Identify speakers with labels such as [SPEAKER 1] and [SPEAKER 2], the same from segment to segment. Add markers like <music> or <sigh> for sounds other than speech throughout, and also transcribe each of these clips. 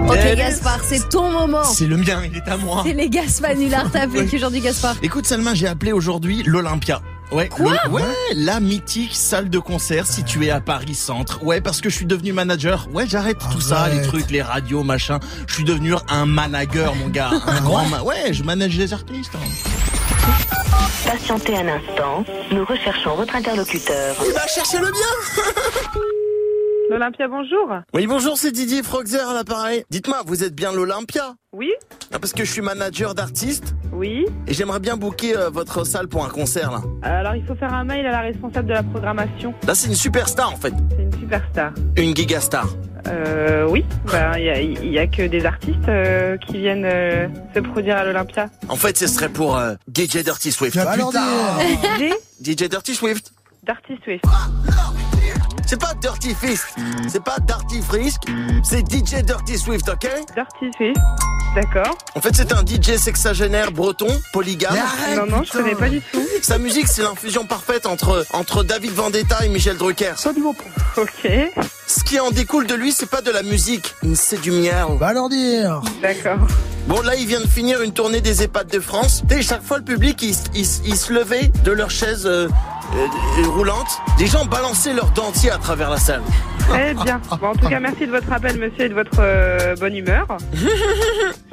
[SPEAKER 1] Mais
[SPEAKER 2] Salut.
[SPEAKER 1] Gaspard, c'est ton moment.
[SPEAKER 2] C'est le mien, il est à moi.
[SPEAKER 1] Oh. C'est les Gaspanulars. T'as appelé qui aujourd'hui, Gaspard
[SPEAKER 2] Écoute Salma, j'ai appelé aujourd'hui l'Olympia. Ouais,
[SPEAKER 1] Quoi
[SPEAKER 2] le- ouais, la mythique salle de concert située à Paris Centre. Ouais, parce que je suis devenu manager. Ouais, j'arrête tout ça, les
[SPEAKER 3] Arrête.
[SPEAKER 2] trucs, les radios, machin. Je suis devenu un manager, mon gars.
[SPEAKER 3] Ah
[SPEAKER 2] Un grand ma- Ouais, je manage des artistes. hein.
[SPEAKER 4] Patientez un instant, nous recherchons votre interlocuteur.
[SPEAKER 3] Il va chercher le bien
[SPEAKER 5] L'Olympia, bonjour.
[SPEAKER 3] Oui, bonjour, c'est Didier Frogzer à l'appareil. Dites-moi, vous êtes bien l'Olympia
[SPEAKER 5] Oui,
[SPEAKER 3] Ah, Parce que je suis manager d'artiste
[SPEAKER 5] oui.
[SPEAKER 3] et j'aimerais bien booker euh, votre salle pour un concert, là.
[SPEAKER 5] Alors, il faut faire un mail à la responsable de la programmation.
[SPEAKER 3] Là, c'est une superstar, en fait.
[SPEAKER 5] C'est une superstar.
[SPEAKER 3] Une gigastar.
[SPEAKER 5] Euh, oui, ben, il y a- il y a, que des artistes euh, qui viennent euh, se produire à <laughs> l'Olympia.
[SPEAKER 3] En fait, ce serait pour euh, DJ Dirty Swift.
[SPEAKER 6] Ah,
[SPEAKER 3] Alors,
[SPEAKER 6] putain
[SPEAKER 5] J'ai
[SPEAKER 3] DJ Dirty Swift
[SPEAKER 5] d'artistes, oui.
[SPEAKER 3] C'est pas Dirty Fisk, c'est pas Dirty Frisk, c'est DJ Dirty Swift, ok
[SPEAKER 5] D'artistes, oui. D'accord.
[SPEAKER 3] En fait, c'est un DJ sexagénaire breton, polygame.
[SPEAKER 6] Mais arrête,
[SPEAKER 5] non, non, je
[SPEAKER 6] putain.
[SPEAKER 5] connais pas du tout.
[SPEAKER 3] Sa musique, c'est l'infusion parfaite entre, entre David Vendetta et Michel Drucker.
[SPEAKER 5] Ok,
[SPEAKER 3] Ce qui en découle de lui, c'est pas de la musique, c'est du miel.
[SPEAKER 6] Va leur dire
[SPEAKER 2] <laughs>
[SPEAKER 5] d'accord.
[SPEAKER 3] Bon, là, il vient de finir une tournée des EHPAD de France. Et chaque fois, le public, il, s- il s- il se levait de leur chaise euh, euh, roulante. Des gens balançaient leurs dentiers à travers la salle.
[SPEAKER 5] Très bien. Bon, en tout cas, merci de votre appel, monsieur, et de votre euh, bonne <laughs> humeur.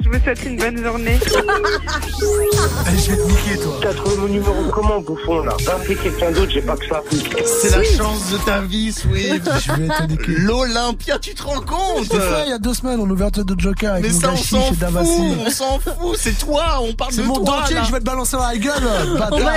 [SPEAKER 5] Je vous souhaite une bonne journée.
[SPEAKER 6] Eh, Je vais te niquer, toi
[SPEAKER 7] T'as trouvé mon numéro comment, bouffon, là Va appeler quelqu'un d'autre, j'ai pas que ça.
[SPEAKER 2] C'est la chance de ta vie, Swift.
[SPEAKER 6] Je vais te niquer
[SPEAKER 2] <laughs> Euh. L'Olympia, tu te rends compte
[SPEAKER 6] C'est ça, il y a deux semaines, en ouverture de Joker avec
[SPEAKER 2] Mais ça, on
[SPEAKER 6] Mugashi
[SPEAKER 2] s'en
[SPEAKER 6] chez
[SPEAKER 2] fout.
[SPEAKER 6] Davassi.
[SPEAKER 2] On s'en fout. C'est toi. On parle
[SPEAKER 6] C'est
[SPEAKER 2] de
[SPEAKER 6] mon
[SPEAKER 2] toi.
[SPEAKER 6] dentier
[SPEAKER 2] là.
[SPEAKER 6] que je vais te balancer dans la gueule,
[SPEAKER 1] On va
[SPEAKER 6] bâtard